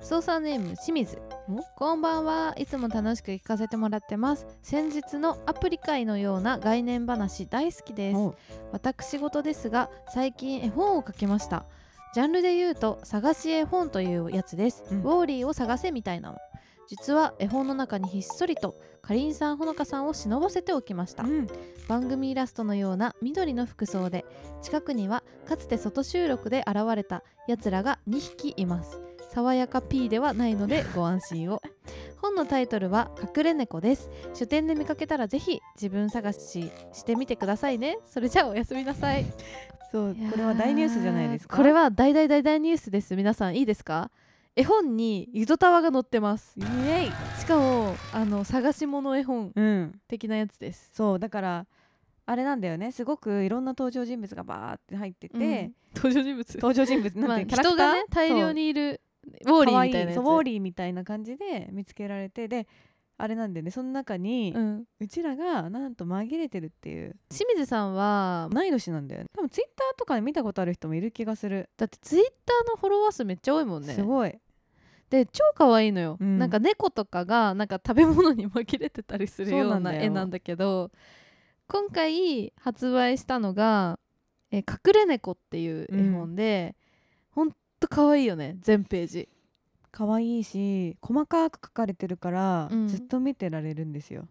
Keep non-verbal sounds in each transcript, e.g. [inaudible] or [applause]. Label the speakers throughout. Speaker 1: 操作ネーム清水こんばんはいつも楽しく聞かせてもらってます先日のアプリ会のような概念話大好きです
Speaker 2: お
Speaker 1: 私事ですが最近絵本を描きましたジャンルで言うと探し絵本というやつです、
Speaker 2: うん
Speaker 1: ウォーリーを探せみたいなの実は絵本の中にひっそりとかりんさんほのかさんを忍ばせておきました
Speaker 2: うん
Speaker 1: 番組イラストのような緑の服装で近くにはかつて外収録で現れたやつらが2匹います爽やか P ではないのでご安心を本のタイトルは「隠れ猫」です書店で見かけたらぜひ自分探ししてみてくださいねそれじゃあおやすみなさい
Speaker 2: そうこれは大ニュースじゃないですか
Speaker 1: やーこれは大大大大ニュースです皆さんいいですか絵本にゆとたわが載ってます
Speaker 2: イエイ
Speaker 1: しかもあの探し物絵本
Speaker 2: うん
Speaker 1: 的なやつです
Speaker 2: そうだからあれなんだよねすごくいろんな登場人物がバーって入ってて、
Speaker 1: うん登場人物
Speaker 2: 登場人物なんて、
Speaker 1: まあ、
Speaker 2: キャラクター
Speaker 1: 人がね大量にいるウォ
Speaker 2: ウ
Speaker 1: ーリーみたいなやつ
Speaker 2: ウォーリーみたいな感じで見つけられてであれなんだよねその中に、う
Speaker 1: うん、
Speaker 2: ちらがなんと紛れてるっていう
Speaker 1: 清水さんは
Speaker 2: 同い年なんだよね多分ツイッターとかで見たことある人もいる気がする、
Speaker 1: だってツイッターのフォロワー数めっちゃ多いもんね
Speaker 2: すごい
Speaker 1: で超可愛いのよ、
Speaker 2: うん
Speaker 1: なんか猫とかがなんか食べ物に紛れてたりするよ
Speaker 2: そう
Speaker 1: う
Speaker 2: なん
Speaker 1: な
Speaker 2: だよ
Speaker 1: 絵なんだけど今回発売したのが「えー隠れ猫」っていう絵本で、ほんと可愛いよね全ページ
Speaker 2: 可愛いし細かく書かれてるから、
Speaker 1: うん
Speaker 2: ずっと見てられるんですよ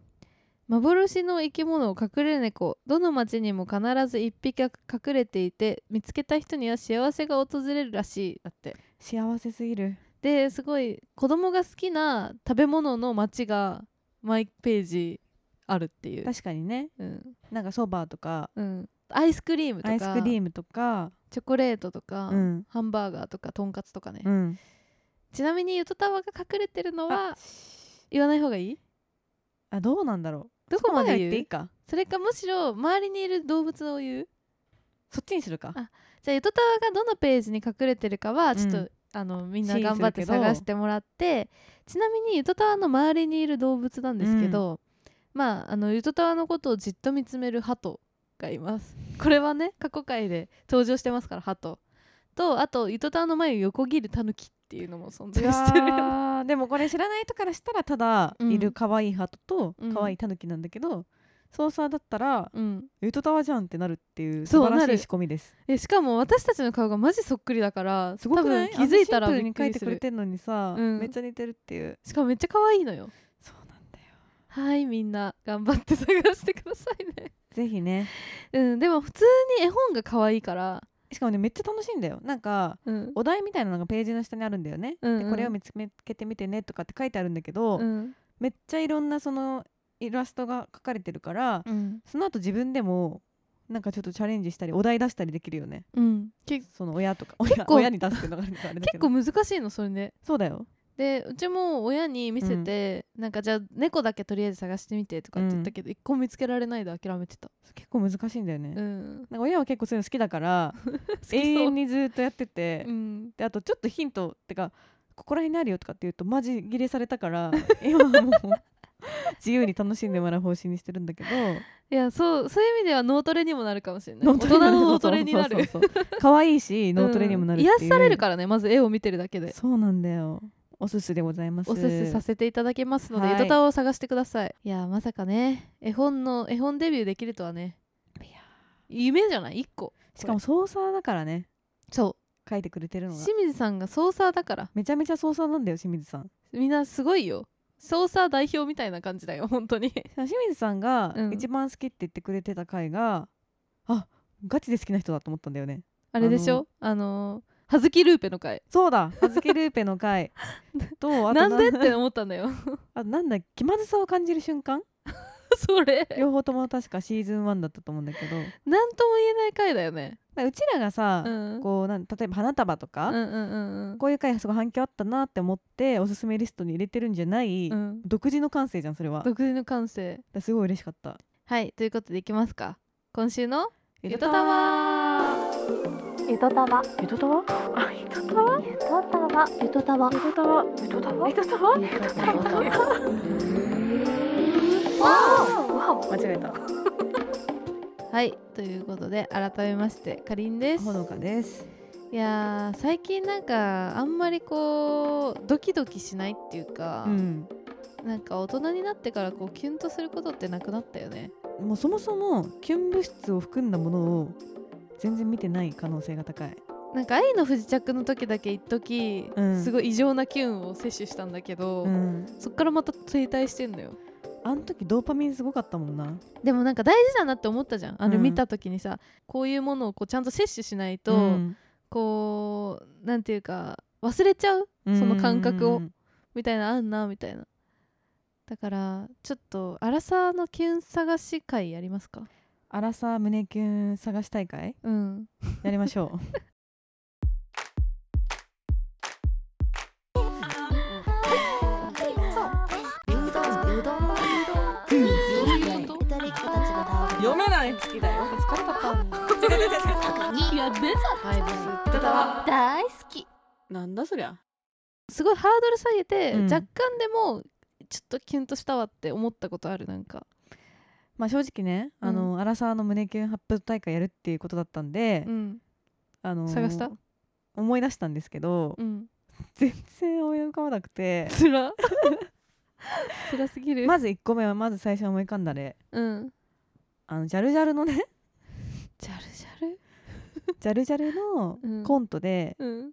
Speaker 1: 幻の生き物を隠れ猫どの町にも必ず一匹が隠れていて見つけた人には幸せが訪れるらしいだって
Speaker 2: 幸せすぎる
Speaker 1: ですごい子供が好きな食べ物の町が毎ページあるっていう、
Speaker 2: 確かにね
Speaker 1: うん
Speaker 2: なんかそばとか
Speaker 1: うん、アイスクリームと
Speaker 2: アイス
Speaker 1: か
Speaker 2: クリームとか
Speaker 1: チョコレートとか、
Speaker 2: うん
Speaker 1: ハンバーガーとかとんかつとかね、
Speaker 2: うん
Speaker 1: ちなみにゆとたわが隠れてるの
Speaker 2: あ
Speaker 1: は言わない方がいい
Speaker 2: あどうなんだろう
Speaker 1: どこまで
Speaker 2: そ
Speaker 1: 言
Speaker 2: 言
Speaker 1: う
Speaker 2: っていいか
Speaker 1: それかむしろ周りにいる動物を言う
Speaker 2: そっちにするか
Speaker 1: あじゃあゆとたわがどのページに隠れてるかはちょっと、
Speaker 2: うん
Speaker 1: あのみん
Speaker 2: シ
Speaker 1: な
Speaker 2: ーン
Speaker 1: 頑張って
Speaker 2: するけど
Speaker 1: 探してもらってちなみにゆとたわの周りにいる動物なんですけど、まああのゆとたわのことをじっと見つめるハトがいますこれはね過去回で登場してますからハトとあとゆとたわの前を横切るタヌキっていうのも存在してる
Speaker 2: うわーでもこれ知らない人からしたらただ
Speaker 1: うん
Speaker 2: いる可愛いハトと
Speaker 1: うん
Speaker 2: 可愛いタヌキなんだけど、ソーサーだったら
Speaker 1: うん
Speaker 2: ゆとたわじゃんってなるっていう
Speaker 1: そ
Speaker 2: 素
Speaker 1: う
Speaker 2: 晴ら
Speaker 1: な
Speaker 2: し
Speaker 1: る
Speaker 2: い仕込みです
Speaker 1: えしかも私たちの顔がマジそっくりだから
Speaker 2: すごくない
Speaker 1: 多分気づいたら
Speaker 2: あのシ
Speaker 1: び
Speaker 2: ン
Speaker 1: っ
Speaker 2: プ
Speaker 1: く
Speaker 2: ルに書い
Speaker 1: り
Speaker 2: て
Speaker 1: す
Speaker 2: くれ
Speaker 1: る
Speaker 2: てるのにさ、
Speaker 1: うん
Speaker 2: めっちゃ似てるっていう
Speaker 1: しかもめっちゃ可愛いのよ
Speaker 2: そうなんだよ
Speaker 1: はいみんな頑張って探してくださいね
Speaker 2: ぜひね
Speaker 1: うん、でも普通に絵本が可愛いから、
Speaker 2: しかもねめっちゃ楽しいんだよなんか
Speaker 1: うん、
Speaker 2: お題みたいなのがページの下にあるんだよね、
Speaker 1: うんうん
Speaker 2: でこれを見つけてみてねとかって書いてあるんだけど、
Speaker 1: うん、
Speaker 2: めっちゃいろんなそのイラストが書かれてるから、
Speaker 1: うん、
Speaker 2: その後自分でもなんかちょっとチャレンジしたりお題出したりできるよね
Speaker 1: 結
Speaker 2: その親とか親
Speaker 1: 構
Speaker 2: 親に出すっていうのがあるからあれだけ
Speaker 1: [laughs] 結
Speaker 2: ど
Speaker 1: 構難しいのそれね。
Speaker 2: そうだよ
Speaker 1: でうちも親に見せて、なんかじゃあ猫だけとりあえず探してみてとかって言ったけど、一個も見つけられないで諦めてた。
Speaker 2: 結構難しいんだよね、 [laughs]
Speaker 1: うん、
Speaker 2: なんか親は結構そういうの好きだから
Speaker 1: [laughs] 好き
Speaker 2: 永
Speaker 1: そう。
Speaker 2: 遠にずっとやってて、
Speaker 1: うん、
Speaker 2: であとちょっとヒントってかここら辺にあるよとかって言うとマジ切れされたから
Speaker 1: [laughs]
Speaker 2: 今はもう自由に楽しんでもらう方針にしてるんだけど
Speaker 1: いやそうそういう意味では脳トレにもなるかもしれない。
Speaker 2: 脳
Speaker 1: 大
Speaker 2: トレ
Speaker 1: 人
Speaker 2: になる
Speaker 1: の脳トレになる。
Speaker 2: そうそうそうそう可愛いし脳トレにもなるっていう、
Speaker 1: うん癒されるからねまず絵を見てるだけで。
Speaker 2: そうなんだよおすすでございます
Speaker 1: おすすさせていただきますので、
Speaker 2: はい
Speaker 1: ゆとたわを探してくださいいやまさかね絵本の絵本デビューできるとはね
Speaker 2: いや
Speaker 1: 夢じゃない一個
Speaker 2: しかもソーサーだからね
Speaker 1: そ
Speaker 2: 書いてくれてる
Speaker 1: う
Speaker 2: のが
Speaker 1: 清水さんがソーサーだから
Speaker 2: めちゃめちゃソーサーなんだよ清水さん
Speaker 1: みんなすごいよソーサー代表みたいな感じだよ本当 [laughs] に
Speaker 2: 清水さんが
Speaker 1: うん
Speaker 2: 一番好きって言ってくれてた回が、あガチで好きな人だと思ったんだよね
Speaker 1: あれでしょあのー、はずきルーペの回
Speaker 2: そうだあずきルーペ
Speaker 1: [laughs]
Speaker 2: の回とあと
Speaker 1: なんでって思ったんだよ [laughs]
Speaker 2: あとなんだ気まずさを感じる瞬間
Speaker 1: それ
Speaker 2: 両方とも確かシーズン1だったと思うんだけどだか
Speaker 1: なんとも言えない回だよね
Speaker 2: らうちらがさ、
Speaker 1: うん
Speaker 2: こうなん例えば花束とか、
Speaker 1: うんうんうん
Speaker 2: こういう回すごい反響あったなって思っておすすめリストに入れてるんじゃない、
Speaker 1: うんうん
Speaker 2: 独自の感性じゃんそれはだか
Speaker 1: 独自の感性
Speaker 2: らすごい嬉しかった
Speaker 1: はいということでいきますか今週のゆとた
Speaker 2: わ
Speaker 1: わ
Speaker 3: ゆとたわ
Speaker 2: ゆとたわ
Speaker 3: ゆとたわゆとたわゆとたわゆとたわゆとたわゆとたわ
Speaker 2: 間違えた
Speaker 1: はいということで改めましてかりんです
Speaker 2: ほのかです
Speaker 1: いやー最近なんかあんまりこうドキドキしないっていうか、
Speaker 2: うん、
Speaker 1: なんか大人になってからこうキュンとすることってなくなったよね
Speaker 2: もうそもそもキュン物質を含んだものを全然見てない可能性が高い
Speaker 1: なんか愛の不時着の時だけ一時、
Speaker 2: うん
Speaker 1: すごい異常なキュンを摂取したんだけど、
Speaker 2: うん
Speaker 1: そっからまた停滞してんのよ
Speaker 2: あの時ドーパミンすごかったもんな
Speaker 1: でもなんか大事だなって思ったじゃんあれ
Speaker 2: うん
Speaker 1: 見た時にさ、こういうものをこうちゃんと摂取しないと、
Speaker 2: うん
Speaker 1: こうなんていうか忘れちゃうその感覚を
Speaker 2: うん
Speaker 1: みたいなあんなみたいなだからちょっとアラサーのキュン探し会やりますか
Speaker 2: アラサー胸キュン探し大会
Speaker 1: うん
Speaker 2: やりましょ
Speaker 1: [laughs]
Speaker 2: う
Speaker 4: うどんうどん読めない好きだよ疲れたったやべさ
Speaker 3: 大好き
Speaker 4: なんだそりゃ
Speaker 1: すごいハードル下げて、
Speaker 2: うん
Speaker 1: 若干でもちょっとキュンとしたわって思ったことあるなんか
Speaker 2: まあ正直ね、あのアラサーの胸キュン発表大会やるっていうことだったんで、
Speaker 1: うん
Speaker 2: あのー
Speaker 1: 探した
Speaker 2: 思い出したんですけど、
Speaker 1: うん
Speaker 2: 全然思い浮かばなくて
Speaker 1: [laughs] つらつらすぎる、
Speaker 2: まず1個目はまず最初に思い浮かんだね
Speaker 1: うん
Speaker 2: あのジャルジャルのね [laughs]
Speaker 1: ジャルジャル
Speaker 2: ジャルジャルの
Speaker 1: うん
Speaker 2: コントで、
Speaker 1: うん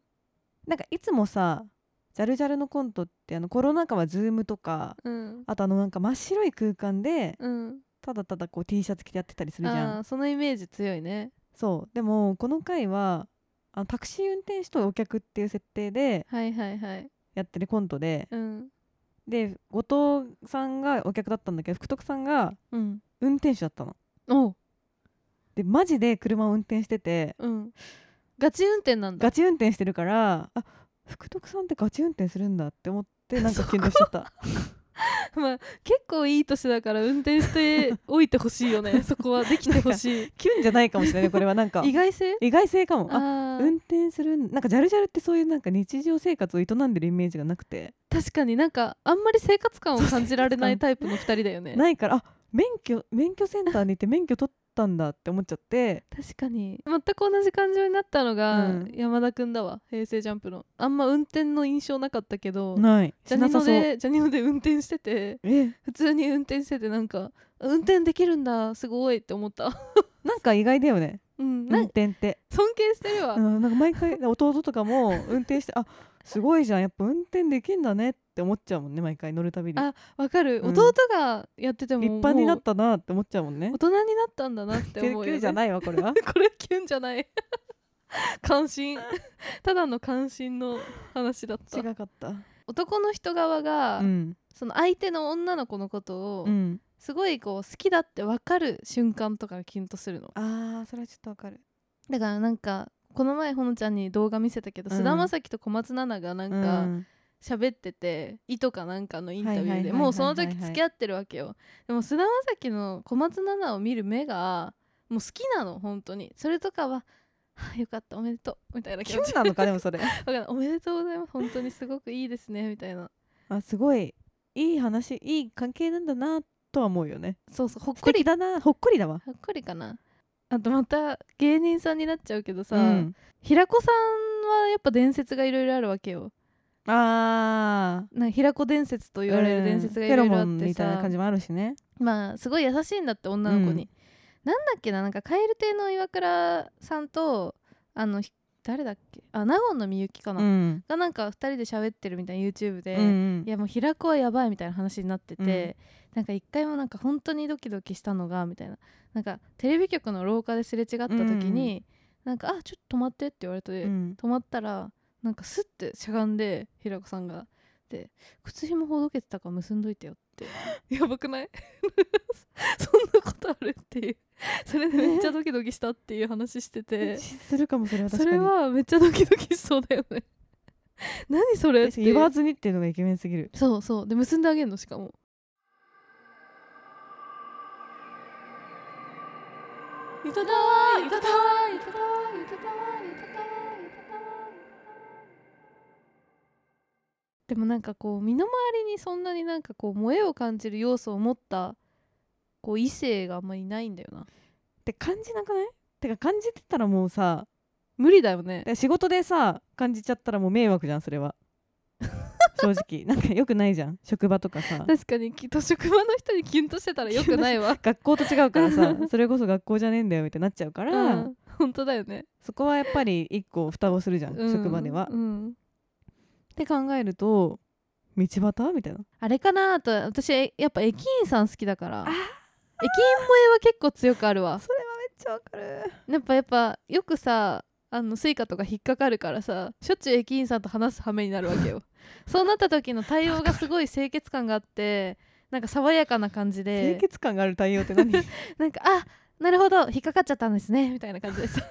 Speaker 2: なんかいつもさジャルジャルのコントってあのコロナ禍はズームとか
Speaker 1: うん
Speaker 2: あとあのなんか真っ白い空間で
Speaker 1: うん
Speaker 2: ただただこう T シャツ着てやってたりするじゃん
Speaker 1: あーそのイメージ強いね
Speaker 2: そうでもこの回はあのタクシー運転手とお客っていう設定で
Speaker 1: はいはいはい
Speaker 2: やってるコントで
Speaker 1: うん
Speaker 2: で後藤さんがお客だったんだけど福徳さんが
Speaker 1: うん
Speaker 2: 運転手だったの
Speaker 1: お
Speaker 2: でマジで車を運転してて
Speaker 1: うんガチ運転なんだ
Speaker 2: ガチ運転してるからあ福徳さんってガチ運転するんだって思ってなんかキュンとしちゃった
Speaker 1: [laughs] まあ結構いい年だから運転しておいてほしいよ
Speaker 2: [laughs]
Speaker 1: ねそこはできてほしい
Speaker 2: キュンじゃないかもしれないこれはなんか
Speaker 1: 意外性
Speaker 2: 意外性かもあ
Speaker 1: あー
Speaker 2: 運転するんなんかジャルジャルってそういうなんか日常生活を営んでるイメージがなくて
Speaker 1: 確かになんかあんまり生活感を
Speaker 2: そう
Speaker 1: 感じられな
Speaker 2: 生
Speaker 1: い
Speaker 2: 活
Speaker 1: タイプの2人だよね
Speaker 2: ないからあ免許免許センターに行って免許取ったんだって思っちゃって
Speaker 1: 確かに全く同じ感情になったのが、
Speaker 2: うん
Speaker 1: 山田くんだわ平成ジャンプのあんま運転の印象なかったけど
Speaker 2: ない
Speaker 1: ジャ
Speaker 2: しな
Speaker 1: ニ
Speaker 2: さ
Speaker 1: ノ
Speaker 2: そう
Speaker 1: でジャニノで運転してて
Speaker 2: え
Speaker 1: 普通に運転しててなんか運転できるんだすごいって思った、 [laughs]
Speaker 2: なんか意外だよね
Speaker 1: うん、な
Speaker 2: 運
Speaker 1: ん
Speaker 2: 転って、
Speaker 1: 尊敬してるわ、
Speaker 2: うん、なんか毎回弟とかも運転してあすごいじゃんやっぱ運転できんだねって思っちゃうもんね毎回乗るたびに
Speaker 1: あわかる、
Speaker 2: うん
Speaker 1: 弟がやってても
Speaker 2: 立派にな
Speaker 1: も
Speaker 2: ったなって思っちゃうもんね
Speaker 1: う大人になったんだなって
Speaker 2: 救
Speaker 1: 思うよ、
Speaker 2: 急
Speaker 1: ね、
Speaker 2: じゃないわ
Speaker 1: [laughs]
Speaker 2: これは
Speaker 1: これキュンじゃない [laughs] 関心ただの関心の話だった
Speaker 2: 違かった
Speaker 1: 男の人側が、
Speaker 2: うん
Speaker 1: その相手の女の子のことを、
Speaker 2: うん
Speaker 1: すごいこう好きだって分かる瞬間とかがキュンとするの
Speaker 2: あーそれはちょっとわかる
Speaker 1: だからなんかこの前ほのちゃんに動画見せたけど
Speaker 2: うん
Speaker 1: 菅、田将暉と小松菜奈がなん
Speaker 2: う
Speaker 1: か
Speaker 2: ん
Speaker 1: 喋ってて「い」とかなんかのインタビュ
Speaker 2: はいはい
Speaker 1: ー
Speaker 2: はいはい
Speaker 1: で
Speaker 2: はい
Speaker 1: もうその時付き合ってるわけよでも菅田将暉の小松菜奈を見る目がもう好きなの本当にそれとかは「はあよかったおめでとう」みたいな気
Speaker 2: キ
Speaker 1: 持
Speaker 2: [laughs] ュ
Speaker 1: ち
Speaker 2: ンなのかでもそれ
Speaker 1: わかんないおめでとうございます本当にすごくいいですねみたいな
Speaker 2: あすごいいい話いい関係なんだなとは思うよね
Speaker 1: そうそうほっ
Speaker 2: 素
Speaker 1: こり
Speaker 2: 敵だなほっこりだわ
Speaker 1: ほっこりかなあとまた芸人さんになっちゃうけどさ、
Speaker 2: うん
Speaker 1: 平子さんはやっぱ伝説がいろいろあるわけよ
Speaker 2: あー
Speaker 1: なんか平子伝説と言われる伝説がいろいろあ
Speaker 2: う
Speaker 1: っ
Speaker 2: んフェロモン
Speaker 1: て
Speaker 2: みたいな
Speaker 1: さ
Speaker 2: 感、じもあるしね
Speaker 1: まあすごい優しいんだって女の子に、
Speaker 2: うん
Speaker 1: なんだっけななんか蛙亭の岩倉さんとあのひ誰だっけあ納言のみゆきかな、
Speaker 2: うん
Speaker 1: がなんか2人で喋ってるみたいな YouTube で、
Speaker 2: うん
Speaker 1: いやもう平子はやばいみたいな話になってて、なんか一回もなんか本当にドキドキしたのがみたいななんかテレビ局の廊下ですれ違った時に、なんか「あちょっと止まって」って言われて、
Speaker 2: うん
Speaker 1: 止まったらなんかスッてしゃがんで平子さんがで靴ひもほどけてたから結んどいてよって
Speaker 4: [laughs]
Speaker 1: やばくない [laughs] そんなことあるっていうそれでめっちゃドキドキしたっていう話してて
Speaker 2: するかもそれは確
Speaker 1: そ
Speaker 2: かに
Speaker 1: れはめっちゃドキドキしそうだよね [laughs] 何それっ
Speaker 2: 確か
Speaker 1: て
Speaker 2: に言わずにっていうのがイケメンすぎる
Speaker 1: そうそうで結んであげるのしかも
Speaker 4: いただわいただわいただわ
Speaker 1: でもなんかこう身の回りにそんなになんかこう萌えを感じる要素を持ったこう異性があんまりいないんだよな
Speaker 2: って感じなくないてか感じてたらもうさ
Speaker 1: 無理だよね
Speaker 2: で仕事でさ感じちゃったらもう迷惑じゃんそれは正直なんかよくないじゃん職場とかさ
Speaker 1: [laughs] 確かにきっと職場の人にキュンとしてたらよくないわ
Speaker 2: 学校と違うからさそれこそ学校じゃねえんだよみたいになっちゃうか
Speaker 1: う
Speaker 2: ら、
Speaker 1: ん本当だよね、
Speaker 2: そこはやっぱり一個蓋をするじゃん、
Speaker 1: うん
Speaker 2: 職場では。っ
Speaker 1: うん
Speaker 2: て考えると道端みたいな
Speaker 1: あれかなと私えやっぱ駅員さん好きだから駅員萌えは結構強くあるわ
Speaker 2: それはめっちゃわかる
Speaker 1: やっぱやっぱよくさあのスイカとか引っかかるからさしょっちゅう駅員さんと話す羽目になるわけ [laughs] よそうなった時の対応がすごい清潔感があってなんか爽やかな感じ
Speaker 2: 清
Speaker 1: で
Speaker 2: 潔感がある対応って何
Speaker 1: [laughs] なんかあなるほど引っかかっちゃったんですねみたいな感じで [laughs] さ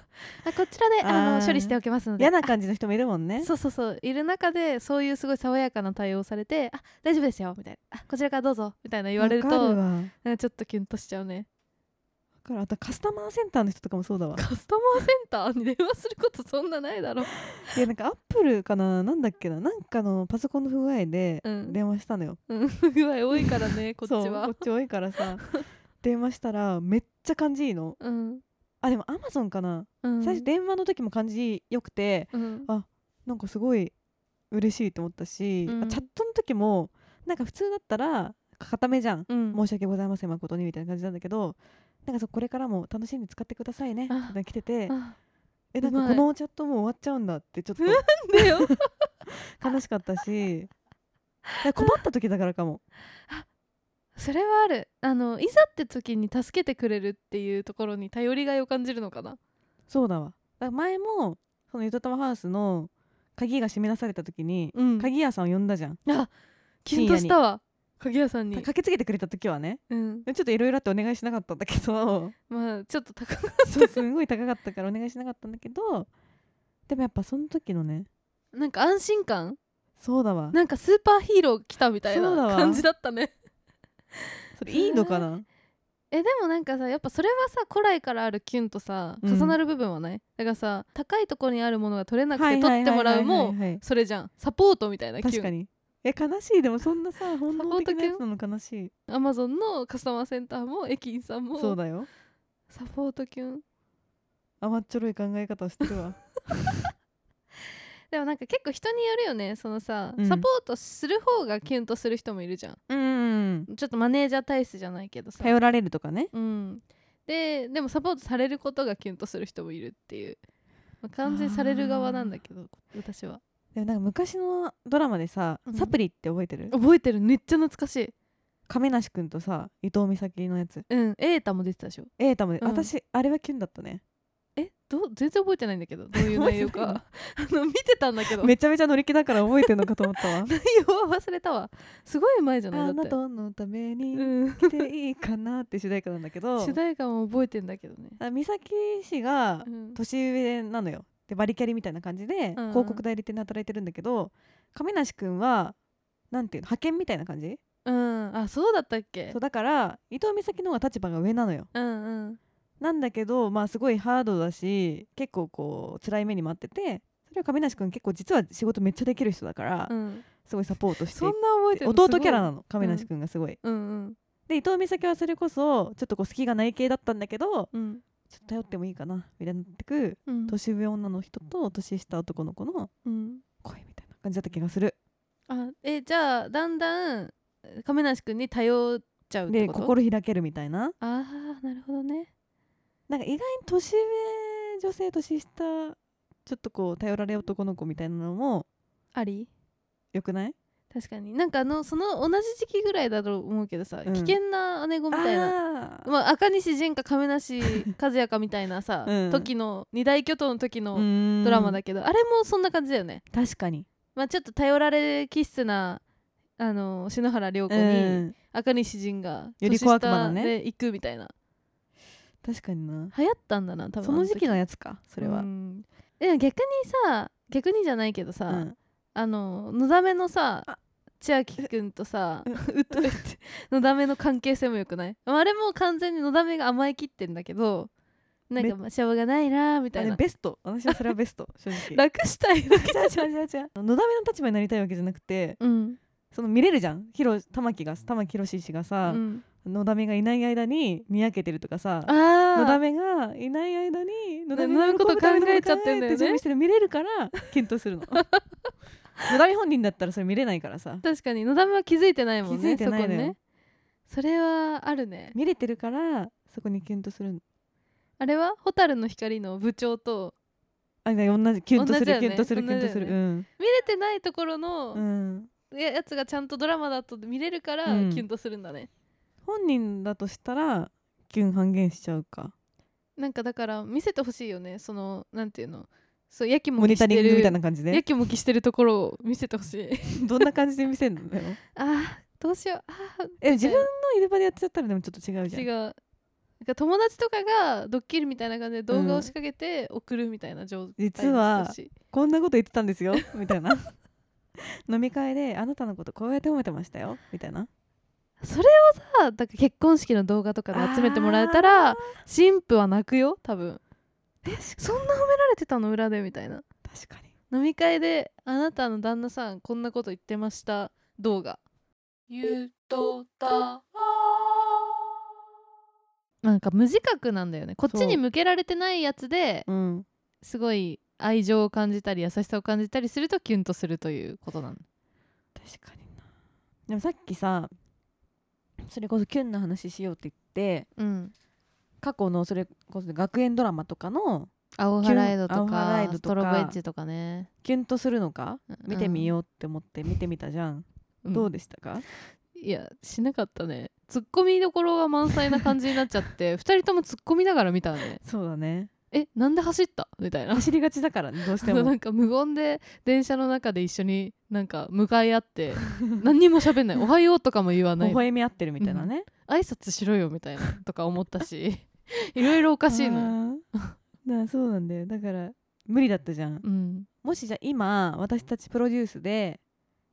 Speaker 1: あこちらであ
Speaker 2: あ
Speaker 1: の
Speaker 2: ー
Speaker 1: 処理しておきますので
Speaker 2: 嫌な感じの人もいるもんね
Speaker 1: そうそうそういる中でそういうすごい爽やかな対応されて「あ大丈夫ですよ」みたいな「あこちらからどうぞ」みたいな言われると
Speaker 2: わかるわわ
Speaker 1: なんかちょっとキュンとしちゃうね
Speaker 2: かるあとカスタマーセンターの人とかもそうだわ
Speaker 1: カスタマーセンターに電話することそんなないだろ
Speaker 2: いやなんかアップルかななんだっけななんかのパソコンの不具合で
Speaker 1: うん
Speaker 2: 電話したのよ、
Speaker 1: うん [laughs] 不具合多いから [laughs] ねこっち
Speaker 2: そう
Speaker 1: は
Speaker 2: こっち多いか
Speaker 1: [laughs]
Speaker 2: らさ電話したらめっちゃ感じいいの
Speaker 1: うん
Speaker 2: あでもアマゾンかな、
Speaker 1: うん
Speaker 2: 最初電話の時も感じよくて、
Speaker 1: うん
Speaker 2: なんかすごい嬉しいと思ったし、
Speaker 1: うん
Speaker 2: あチャットの時もなんか普通だったら固めじゃん、
Speaker 1: うん
Speaker 2: 申し訳ございません誠にみたいな感じなんだけどなんかそうこれからも楽しんで使ってくださいねみ
Speaker 1: あ
Speaker 2: たいなの来てて
Speaker 1: あ
Speaker 2: えなん
Speaker 1: う
Speaker 2: か
Speaker 1: ま
Speaker 2: こ
Speaker 1: い
Speaker 2: のチャットもう終わっちゃうんだってちょっと
Speaker 1: なんでよ [laughs]
Speaker 2: 悲しかったしなんか困った時だからかも
Speaker 1: それはあるあのいざって時に助けてくれるっていうところに頼りがいを感じるのかな
Speaker 2: そうだわだから前もそのゆとたまハウスの鍵が閉めなされた時に、
Speaker 1: うん
Speaker 2: 鍵屋さんを呼んだじゃん
Speaker 1: あキュンとしたわ鍵屋さんに
Speaker 2: かけつけてくれた時はね
Speaker 1: うん
Speaker 2: ちょっといろいろあってお願いしなかったんだけど
Speaker 1: まあちょっと高く [laughs]
Speaker 2: そうすごい高かったからお願いしなかったんだけどでもやっぱその時のね
Speaker 1: なんか安心感
Speaker 2: そうだわ
Speaker 1: なんかスーパーヒーロー来たみたい
Speaker 2: そうだ
Speaker 1: な
Speaker 2: わ
Speaker 1: 感じだったね
Speaker 2: それいいのかな
Speaker 1: [laughs] えでもなんかさやっぱそれはさ古来からあるキュンとさ
Speaker 2: うん
Speaker 1: 重なる部分はない、だからさ高いところにあるものが取れなく
Speaker 2: は
Speaker 1: て
Speaker 2: いはい
Speaker 1: 取
Speaker 2: はいはいはい
Speaker 1: ってもらうも
Speaker 2: はい
Speaker 1: それじゃんサポートみたいなキ
Speaker 2: 確
Speaker 1: ュ
Speaker 2: か
Speaker 1: ン
Speaker 2: にえ悲しいでもそんなさ本能的なやつなの悲しい
Speaker 1: アマゾンのカスタマーセンターも駅員さんも
Speaker 2: そうだよ
Speaker 1: サポートキュン
Speaker 2: 甘っちょろい考え方をしてる
Speaker 1: [laughs]
Speaker 2: わ
Speaker 1: でもなんか結構人によるよねそのさ、
Speaker 2: うん
Speaker 1: サポートする方がキュンとする人もいるじゃん
Speaker 2: うん
Speaker 1: ちょっとマネージャー体質じゃないけどさ
Speaker 2: 頼られるとかね
Speaker 1: うん、ででもサポートされることがキュンとする人もいるっていう、まあ、完全にされる側なんだけど私は
Speaker 2: でもなんか昔のドラマでさ
Speaker 1: うん
Speaker 2: サプリって覚えてる
Speaker 1: 覚えてるめっちゃ懐かしい
Speaker 2: 亀梨君とさ伊藤美咲のやつ
Speaker 1: うんエータも出てたでしょ
Speaker 2: エータもね
Speaker 1: うん
Speaker 2: 私あれはキュンだったね
Speaker 1: えどう全然覚えてないんだけどどう [laughs] いう内容か [laughs] あの見てたんだけど内
Speaker 2: めちゃめちゃ乗り気だから覚えてるのかと
Speaker 1: [laughs]
Speaker 2: 思ったわ
Speaker 1: 容は忘れたわすごい前じゃない
Speaker 2: あ
Speaker 1: だっ
Speaker 2: な
Speaker 1: て
Speaker 2: たのために
Speaker 1: うん
Speaker 2: 来ていいかなって主題歌なんだけど
Speaker 1: 主題歌も覚えてんだけどね、
Speaker 2: あ美咲氏が
Speaker 1: うん
Speaker 2: 年上なのよでバリキャリみたいな感じで
Speaker 1: うんうん
Speaker 2: 広告代理店で働いてるんだけど亀梨君はなんていうの派遣みたいな感じ
Speaker 1: うんあそうだったっけ
Speaker 2: そうだから伊藤美咲の方が立場が上なのよ
Speaker 1: うんうん
Speaker 2: なんだけどまあすごいハードだし結構こう辛い目に待っててそれを亀梨君結構実は仕事めっちゃできる人だから、
Speaker 1: うん
Speaker 2: すごいサポートして
Speaker 1: そんな覚えてるのすごい
Speaker 2: 弟キャラなの亀梨君がすごい、
Speaker 1: うんうん
Speaker 2: で伊藤美咲はそれこそちょっとこう隙がない系だったんだけど
Speaker 1: うん
Speaker 2: ちょっと頼ってもいいかなみたいになってく
Speaker 1: うん
Speaker 2: 年上女の人と年下男の子の
Speaker 1: うん
Speaker 2: 恋みたいな感じだった気がする
Speaker 1: あえじゃあだんだん亀梨君に頼っちゃうって
Speaker 2: で
Speaker 1: こと
Speaker 2: 心開けるみたい
Speaker 1: あ
Speaker 2: な
Speaker 1: あなるほどね
Speaker 2: なんか意外に年上女性年下ちょっとこう頼られ男の子みたいなのも
Speaker 1: あり
Speaker 2: よくない
Speaker 1: 確かになんかあのその同じ時期ぐらいだと思うけどさ、
Speaker 2: うん
Speaker 1: 危険な姉子み
Speaker 2: み
Speaker 1: たいな
Speaker 2: な
Speaker 1: まあ、赤西仁か亀梨和也かみたいなさ、
Speaker 2: うん
Speaker 1: 時の二大巨頭の時の
Speaker 2: ド
Speaker 1: ドラマだけど、あれもそんな感じだよね、
Speaker 2: 確かに
Speaker 1: まあ、ちょっと頼られ気質なあの篠原涼子に、
Speaker 2: うん
Speaker 1: 赤西仁が
Speaker 2: より
Speaker 1: 年
Speaker 2: 小悪魔
Speaker 1: 下
Speaker 2: のね
Speaker 1: で行くみたいな、
Speaker 2: 確かにな
Speaker 1: 流行ったんだな多分
Speaker 2: その時期
Speaker 1: の
Speaker 2: のやつかそれは
Speaker 1: うんでも逆にさ逆にじゃないけどさ、
Speaker 2: うん
Speaker 1: あののだめのさ
Speaker 2: あ
Speaker 1: 千秋くんとさ [laughs] うっとうってのだめの関係性もよくないまああれも完全にのだめが甘えきってんだけどなん
Speaker 2: め
Speaker 1: かまあしょうがないなーみた
Speaker 2: あ
Speaker 1: い
Speaker 2: れ
Speaker 1: な
Speaker 2: ベスト私はそれはベ
Speaker 1: [laughs]
Speaker 2: スト正直
Speaker 1: 楽したい
Speaker 2: [laughs]
Speaker 1: だけじゃ
Speaker 2: 違う違う違う違うのだめの立場になりたいわけじゃなくて
Speaker 1: うん
Speaker 2: その見れるじゃんひろ玉木が玉木宏氏がさ、
Speaker 1: うん
Speaker 2: のだめがいない間ににやけてるとかさのだ
Speaker 1: あ
Speaker 2: めがいない間にのだめ
Speaker 1: な
Speaker 2: が
Speaker 1: ること考えちゃってんだよね
Speaker 2: 喜ぶためのこと考え準備してる見れるから検討
Speaker 1: [laughs]
Speaker 2: するののだめ本人だったらそれ見れないからさ
Speaker 1: 確かにのだめは気づいてないもんね
Speaker 2: 気づいてないのよ
Speaker 1: そこねそれはあるね
Speaker 2: 見れてるからそこに検討するの
Speaker 1: あれは「蛍の光」の部長と
Speaker 2: あ同じキュンと
Speaker 1: 同じ
Speaker 2: する、
Speaker 1: だよね
Speaker 2: キュンとするキュンとす
Speaker 1: 同
Speaker 2: る、
Speaker 1: じだ見れてないところの、
Speaker 2: うん、うん、
Speaker 1: ややつがちゃんとドラマだと見れるから、
Speaker 2: うん
Speaker 1: キュンとするんだね
Speaker 2: 本人だとしたらキュン半減しちゃうか
Speaker 1: なんかだから見せてほしいよねそのなんていうのそうやきも
Speaker 2: モ
Speaker 1: き
Speaker 2: ニ
Speaker 1: して
Speaker 2: タリングみた
Speaker 1: る
Speaker 2: いな感じ
Speaker 1: や
Speaker 2: で
Speaker 1: きもきしてるところを見せてほしい
Speaker 2: [laughs] どんな感じで見 [laughs] せるの
Speaker 1: あーどうしようあー
Speaker 2: え自分のいる場でやっちゃったらでもちょっと違うじゃん
Speaker 1: 違うなんか友達とかがドッキリみたいな感じで動画を仕掛けて送るみたいな状態にして
Speaker 2: 実は
Speaker 1: ほしい
Speaker 2: こんなこと言ってたんですよみたいな飲み会であなたのことこうやって褒めてましたよみたいな
Speaker 1: それをさだから結婚式の動画とかで集めてもらえた
Speaker 2: あ
Speaker 1: ら新婦は泣くよ多分そんな褒められてたの裏でみたいな
Speaker 2: 確かに
Speaker 1: 飲み会で「あなたの旦那さんこんなこと言ってました」動画
Speaker 4: ゆとたわ
Speaker 1: なんか無自覚なんだよねこっちに向けられてないやつで
Speaker 2: うん
Speaker 1: すごい愛情を感じたり優しさを感じたりするとキュンとするということなの
Speaker 2: 確かになでもさっきさそれこそキュンの話しようって言って
Speaker 1: うん
Speaker 2: 過去のそれこそ学園ドラマとかの
Speaker 1: 青ハライドと
Speaker 2: キュンアオハライ
Speaker 1: か
Speaker 2: ド
Speaker 1: スト
Speaker 2: とか
Speaker 1: ロボエッジとかね
Speaker 2: キュンとするのか見てみようって思って見てみたじゃん、
Speaker 1: うん
Speaker 2: どうでしたか
Speaker 1: いやしなかったねツッコミどころが満載な感じになっちゃって [laughs] 二人ともツッコミながら見たね
Speaker 2: そうだね
Speaker 1: えなんで走ったみたいな
Speaker 2: 走りがちだからねどうして
Speaker 1: な
Speaker 2: も
Speaker 1: んか無言で電車の中で一緒になんか向かい合って
Speaker 2: [laughs]
Speaker 1: 何にも喋んない「おはよう」とかも言わない
Speaker 2: 微笑み合ってるみたいなね、
Speaker 1: 挨拶しろよみたいなとか思ったし [laughs] いろいろおかしいのよ。
Speaker 2: あーだからそうなんだよだから無理だったじゃん
Speaker 1: うん、
Speaker 2: もしじゃあ今私たちプロデュースで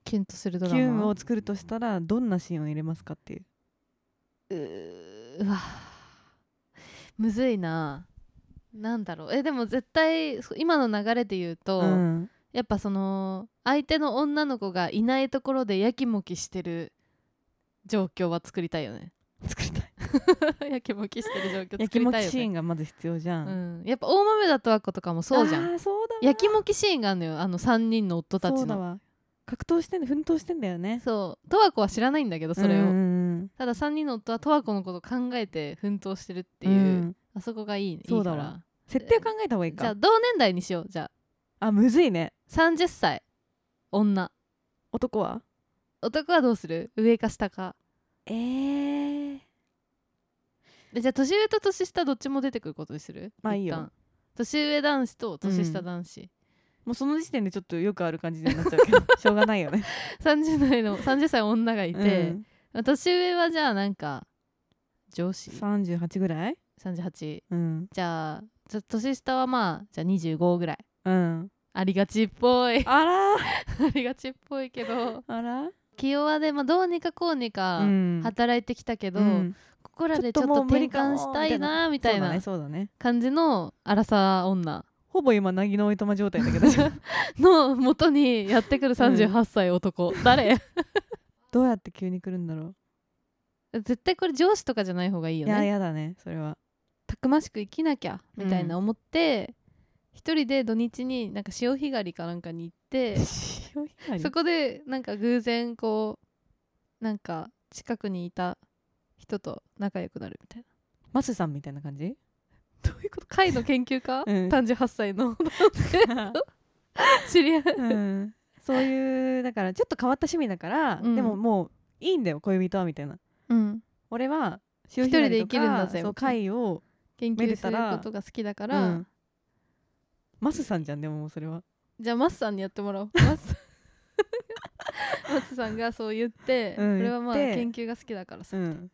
Speaker 1: キュンとする
Speaker 2: キ
Speaker 1: ドラマ
Speaker 2: ュンを作るとしたらどんなシーンを入れますかっていう
Speaker 1: うーうわむずいななんだろうえでも絶対そう今の流れで言うと、
Speaker 2: うん
Speaker 1: やっぱその相手の女の子がいないところでやきもきしてる状況は作りたいよね
Speaker 2: 作りた
Speaker 1: [laughs]
Speaker 2: い
Speaker 1: やきもきして
Speaker 2: [laughs]
Speaker 1: る状況
Speaker 2: や
Speaker 1: 作
Speaker 2: き
Speaker 1: り
Speaker 2: も
Speaker 1: た
Speaker 2: き
Speaker 1: いよ
Speaker 2: シーン
Speaker 1: ね
Speaker 2: がまず必要じゃん、
Speaker 1: うん、やっぱ大豆だとわ子とかもそうじゃ
Speaker 2: あ
Speaker 1: ん
Speaker 2: ーそうだわ
Speaker 1: やきもきシーンがあるのよあの3人の夫た
Speaker 2: そ
Speaker 1: ち
Speaker 2: うだ
Speaker 1: の
Speaker 2: わ格闘してんだ奮闘してんだよね
Speaker 1: そう十和子は知らないんだけどそれを、
Speaker 2: うんうん
Speaker 1: ただ3人の夫は十和子のことを考えて奮闘してるって
Speaker 2: う
Speaker 1: い
Speaker 2: ん
Speaker 1: う、
Speaker 2: うん
Speaker 1: あそこがいいねい
Speaker 2: そ
Speaker 1: いう
Speaker 2: だ
Speaker 1: か
Speaker 2: わ
Speaker 1: ら
Speaker 2: 設定を考えた方がいい
Speaker 1: じゃあ
Speaker 2: か
Speaker 1: 同年代にしようじゃ
Speaker 2: あむずいね
Speaker 1: あ30歳女
Speaker 2: 男は
Speaker 1: 男はどうする上か下か
Speaker 2: えー、
Speaker 1: えじゃあ年上と年下どっちも出てくることにする
Speaker 2: まあいいよ
Speaker 1: 一旦年上男子と年下男子、
Speaker 2: もうその時点でちょっとよくある感じになっちゃうけ [laughs] どしょうがないよね
Speaker 1: 30代の30歳女がいて
Speaker 2: う、ん
Speaker 1: まあ年上はじゃあなんか上司
Speaker 2: 38ぐらい
Speaker 1: 38
Speaker 2: うん
Speaker 1: じゃあじゃあ年下はまあじゃあ25ぐらい
Speaker 2: うん
Speaker 1: ありがちっぽ
Speaker 2: [laughs]
Speaker 1: い
Speaker 2: あら
Speaker 1: ありがちっぽいけど
Speaker 2: あら
Speaker 1: 気弱で、まあ、どうにかこうにか
Speaker 2: うん
Speaker 1: 働いてきたけど、
Speaker 2: うん
Speaker 1: ここらでちょっ
Speaker 2: ちょ
Speaker 1: と
Speaker 2: っともう無
Speaker 1: 転
Speaker 2: 理かも
Speaker 1: 換したいなみたい
Speaker 2: そうだね
Speaker 1: な
Speaker 2: そうだね
Speaker 1: 感じのアラサー女
Speaker 2: ほぼ今なぎのおいとま状態だけ [laughs] ど
Speaker 1: の元にやってくる38歳男、誰
Speaker 2: どうやって急に来るんだろ
Speaker 1: 絶対これ上司とかじゃない方がいいう
Speaker 2: い
Speaker 1: よ
Speaker 2: や
Speaker 1: ね
Speaker 2: やだねそれは
Speaker 1: たくましく生きなきゃみたいな思って、一人で土日になんか潮干狩りかなんかに行って
Speaker 2: 潮干狩り
Speaker 1: そこでなんか偶然こうなんか近くにいた人と仲良くなるみたいな
Speaker 2: マスさんみたいな感じ
Speaker 1: どういうこと貝の研究家、
Speaker 2: [laughs] うん
Speaker 1: 38歳
Speaker 2: [laughs]
Speaker 1: の知り合い、
Speaker 2: うんそういうだからちょっと変わった趣味だから、
Speaker 1: うん
Speaker 2: でももういいんだよ恋人はみたいな
Speaker 1: うん、
Speaker 2: 俺は潮干
Speaker 1: 一人
Speaker 2: 狩りとか
Speaker 1: で生きるんだぜ
Speaker 2: そう
Speaker 1: みたい
Speaker 2: 貝を
Speaker 1: 研
Speaker 2: め
Speaker 1: 究
Speaker 2: ですた
Speaker 1: る
Speaker 2: ら
Speaker 1: ことが好きだから、
Speaker 2: うんマスさんじゃんでももうそれは
Speaker 1: じゃあマスさんにやっても
Speaker 2: [laughs]
Speaker 1: らおうマスマスさんがそう言って、
Speaker 2: うん
Speaker 1: 俺はまあ
Speaker 2: 言って
Speaker 1: 研究が好きだからさ、
Speaker 2: うん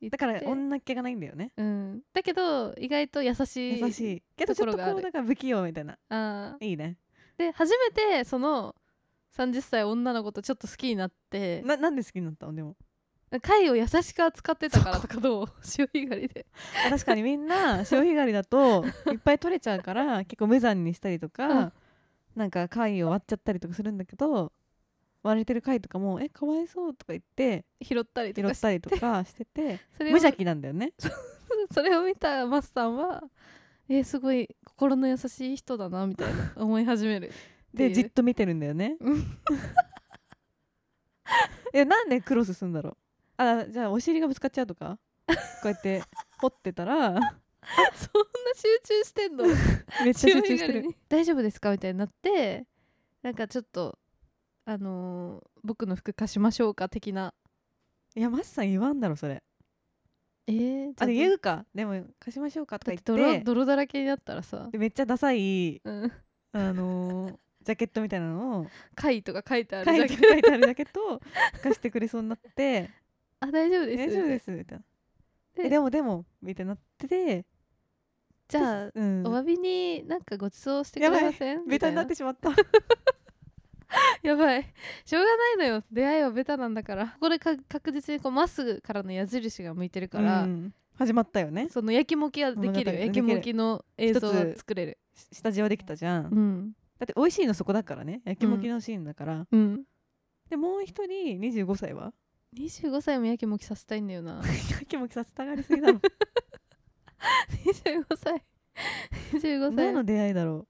Speaker 1: 言って
Speaker 2: だから女っ気がないんだよね
Speaker 1: うん、だけど意外と優しい
Speaker 2: 優しいけどちょっと
Speaker 1: ところがあ
Speaker 2: こ
Speaker 1: る
Speaker 2: うだから不器用みたいな
Speaker 1: あー
Speaker 2: いいね
Speaker 1: で初めてその30歳女の子とちょっと好きになって
Speaker 2: ななんで好きになったのでも
Speaker 1: 貝を優しく扱ってたからとかどう潮干狩りで
Speaker 2: あ確かにみんな [laughs] 潮干狩り
Speaker 1: [laughs]
Speaker 2: だといっぱい取れちゃうから結構無残にしたりとか、
Speaker 1: うん
Speaker 2: なんか貝を割っちゃったりとかするんだけど割れてる回とかも「えかわいそう」とか言って
Speaker 1: 拾ったりと
Speaker 2: 拾
Speaker 1: か
Speaker 2: っ
Speaker 1: した
Speaker 2: りとかしてて
Speaker 1: そ
Speaker 2: 無
Speaker 1: れを
Speaker 2: 邪気なんだよね。
Speaker 1: [laughs] それを見たマスさんはえーすごい心の優しい人だなみたい
Speaker 2: [laughs]
Speaker 1: な思い始めるってい
Speaker 2: で
Speaker 1: う [laughs]
Speaker 2: じっと見てるんだよね
Speaker 1: う。
Speaker 2: えなんでクロスすんだろうあじゃあお尻がぶつかっちゃうとかこうやって掘ってたら
Speaker 1: そんな集中してんの
Speaker 2: めっちゃ [laughs] 集中してる。
Speaker 1: 大丈夫ですかみたいになってなんかちょっとあのー僕の服貸しましょうか的ない
Speaker 2: やマスさん言わんだろそれ。
Speaker 1: えー、
Speaker 2: あ
Speaker 1: じゃ
Speaker 2: 言うかでも貸しましょうかとか
Speaker 1: だっ
Speaker 2: 言って
Speaker 1: 泥
Speaker 2: て
Speaker 1: 泥だらけになったらさ
Speaker 2: でめっちゃダサい、
Speaker 1: うん
Speaker 2: あのージャケットみたいなのを
Speaker 1: 貝とか書いてあ
Speaker 2: 書
Speaker 1: る
Speaker 2: い
Speaker 1: だ
Speaker 2: て
Speaker 1: け
Speaker 2: 書いてあるジャケットを貸してくれそうになって
Speaker 1: あ大丈夫
Speaker 2: 「
Speaker 1: です
Speaker 2: [laughs] 大丈夫です」みたいな「
Speaker 1: で
Speaker 2: えでもでも」みたいになってて
Speaker 1: じゃあ、
Speaker 2: うん
Speaker 1: お詫びになんかご馳走してくれません
Speaker 2: ベタになっ
Speaker 1: み
Speaker 2: てしまった
Speaker 1: たいなやばいしょうがないのよ出会いはベタなんだからここでか確実にこうまっすぐからの矢印が向いてるから、
Speaker 2: うん始まったよね
Speaker 1: そのやきもきはでき
Speaker 2: 物語
Speaker 1: る
Speaker 2: が
Speaker 1: よ
Speaker 2: で
Speaker 1: や
Speaker 2: き
Speaker 1: き
Speaker 2: る
Speaker 1: もきの映像は
Speaker 2: 一つ
Speaker 1: 作れる
Speaker 2: し下地はできたじゃん、
Speaker 1: う
Speaker 2: だ
Speaker 1: ん
Speaker 2: って美味しいのそこだからねやきもきのシーンだから、
Speaker 1: うん
Speaker 2: でもう一人25歳は [laughs]
Speaker 1: 25歳もやきもきさせたいんだよな
Speaker 2: やきもきさせたがりすぎ
Speaker 1: [laughs]
Speaker 2: だろ
Speaker 1: 25歳25歳
Speaker 2: 何の出会いだろ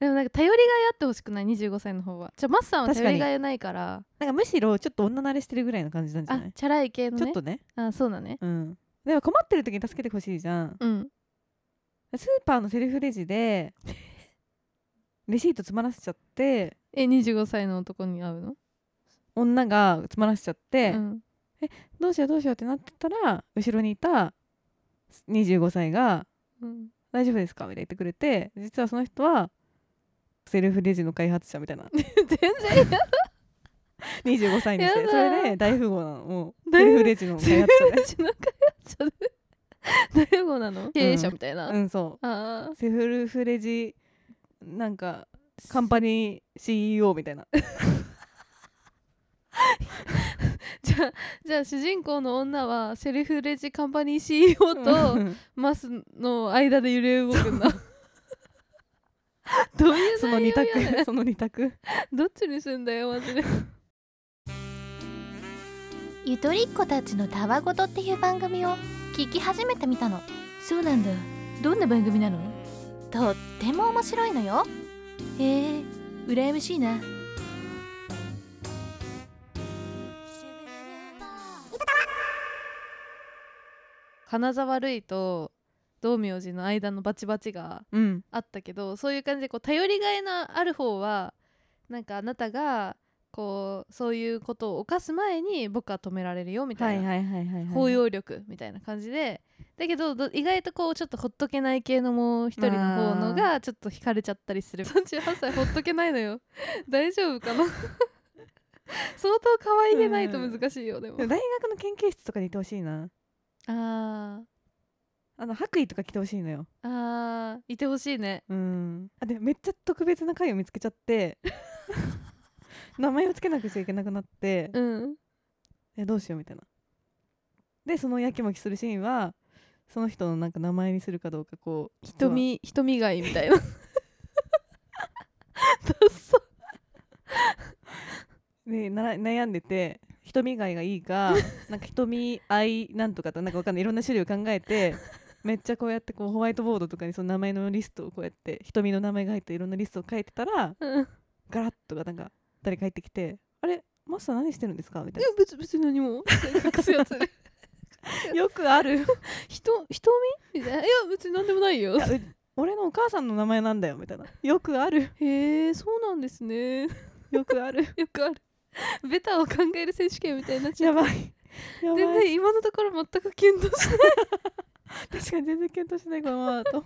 Speaker 1: でもなんか頼りがいあってほしくない25歳の方はじゃあマッさんは
Speaker 2: 確か
Speaker 1: 頼
Speaker 2: に
Speaker 1: りがいないから
Speaker 2: うなんかむしろちょっと女慣れしてるぐらいの感じなんじゃ
Speaker 1: あ
Speaker 2: ない
Speaker 1: チャラい系の
Speaker 2: ちょ
Speaker 1: ね
Speaker 2: っとね
Speaker 1: あそうだね
Speaker 2: うんでも困ってる時に助けてほしいじゃん
Speaker 1: うん
Speaker 2: スーパーのセルフレジ
Speaker 1: [laughs]
Speaker 2: でレシート詰まらせちゃって
Speaker 1: え25歳の男に会うの、
Speaker 2: 女が詰まらせちゃって、
Speaker 1: うん、
Speaker 2: どうしようどうしようってなってたら後ろにいた25歳が
Speaker 1: うん
Speaker 2: 「大丈夫ですか?」みたいな言ってくれて実はその人はセルフレジの開発者みた
Speaker 1: [laughs]
Speaker 2: いな
Speaker 1: 全然や
Speaker 2: 25歳にし
Speaker 1: や
Speaker 2: て
Speaker 1: だ
Speaker 2: それで大富豪なのもう
Speaker 1: 大富
Speaker 2: セ
Speaker 1: 豪
Speaker 2: ルフレジの開発者で
Speaker 1: しなかった [laughs] 大富豪なの経営者みたいな、
Speaker 2: うんそ
Speaker 1: あ
Speaker 2: うセルフレジなんかカンパニー CEO みたいな
Speaker 1: ーじゃあじゃあ主人公の女はセルフレジカンパニー CEO と
Speaker 2: うん
Speaker 1: マスの間で揺れ動くんだどういう
Speaker 2: その二
Speaker 1: 内容やね
Speaker 2: [laughs] 択その二択
Speaker 1: どっちにすんだよマ
Speaker 2: [laughs]
Speaker 1: ジで
Speaker 3: ゆとりっ子たちのたわごとっていう番組を聞き始めてみたの
Speaker 5: そうなんだどんな番組なの
Speaker 3: とっても面白いのよ
Speaker 5: へえ羨ましいな
Speaker 1: 金沢るいと道明寺の間のバチバチが
Speaker 2: うん
Speaker 1: あったけどそういう感じでこう頼りがいのある方はなんかあなたがこうそういうことを犯す前に僕は止められるよみたいな、
Speaker 2: いはいはい、はい
Speaker 1: 包容力みたいな感じでだけどど意外とこうちょっとほっとけない系のもう一人の方のがちょっと惹かれちゃったりする38歳ほ [laughs] っとけないのよ [laughs] 大丈夫かな [laughs] 相当可愛げないと難しいよでも
Speaker 2: でも大学の研究室とかにいてほしいな
Speaker 1: あー
Speaker 2: あの白衣とか着てほしいのよ
Speaker 1: あーいてほしいね
Speaker 2: うんあでめっちゃ特別な回を見つけちゃって
Speaker 1: [laughs]
Speaker 2: 名前をつけなくちゃいけなくなって、
Speaker 1: うん
Speaker 2: えどうしようみたいなでそのやきもきするシーンはその人のなんか名前にするかどうかこう
Speaker 1: 瞳瞳がいいみたいなダッサ
Speaker 2: でなら悩んでて瞳がいがいい [laughs] かなんか瞳愛なんとかとかなんかわかんないいろんな種類を考えてめっちゃこうやってこうホワイトボードとかにその名前のリストをこうやって瞳の名前が入っていろんなリストを書いてたら
Speaker 1: うん
Speaker 2: ガラッとがなんか誰か入ってきて「あれマスター何してるんですか?」みたい
Speaker 1: いや別別に何も隠すやつね
Speaker 2: な [laughs] よくある
Speaker 1: [laughs] 人瞳みたいないや別に何でもないよ
Speaker 2: いやう俺のお母さんの名前なんだよみたいなよくある
Speaker 1: へえそうなんですね
Speaker 2: よくあ [laughs] る
Speaker 1: よくあるベタを考える選手権みたいになっちゃ
Speaker 2: や
Speaker 1: う
Speaker 2: ばいやば
Speaker 1: 全
Speaker 2: い
Speaker 1: 然今のところ全く検討しない
Speaker 2: 確かに全然検討しないこのままだ [laughs] と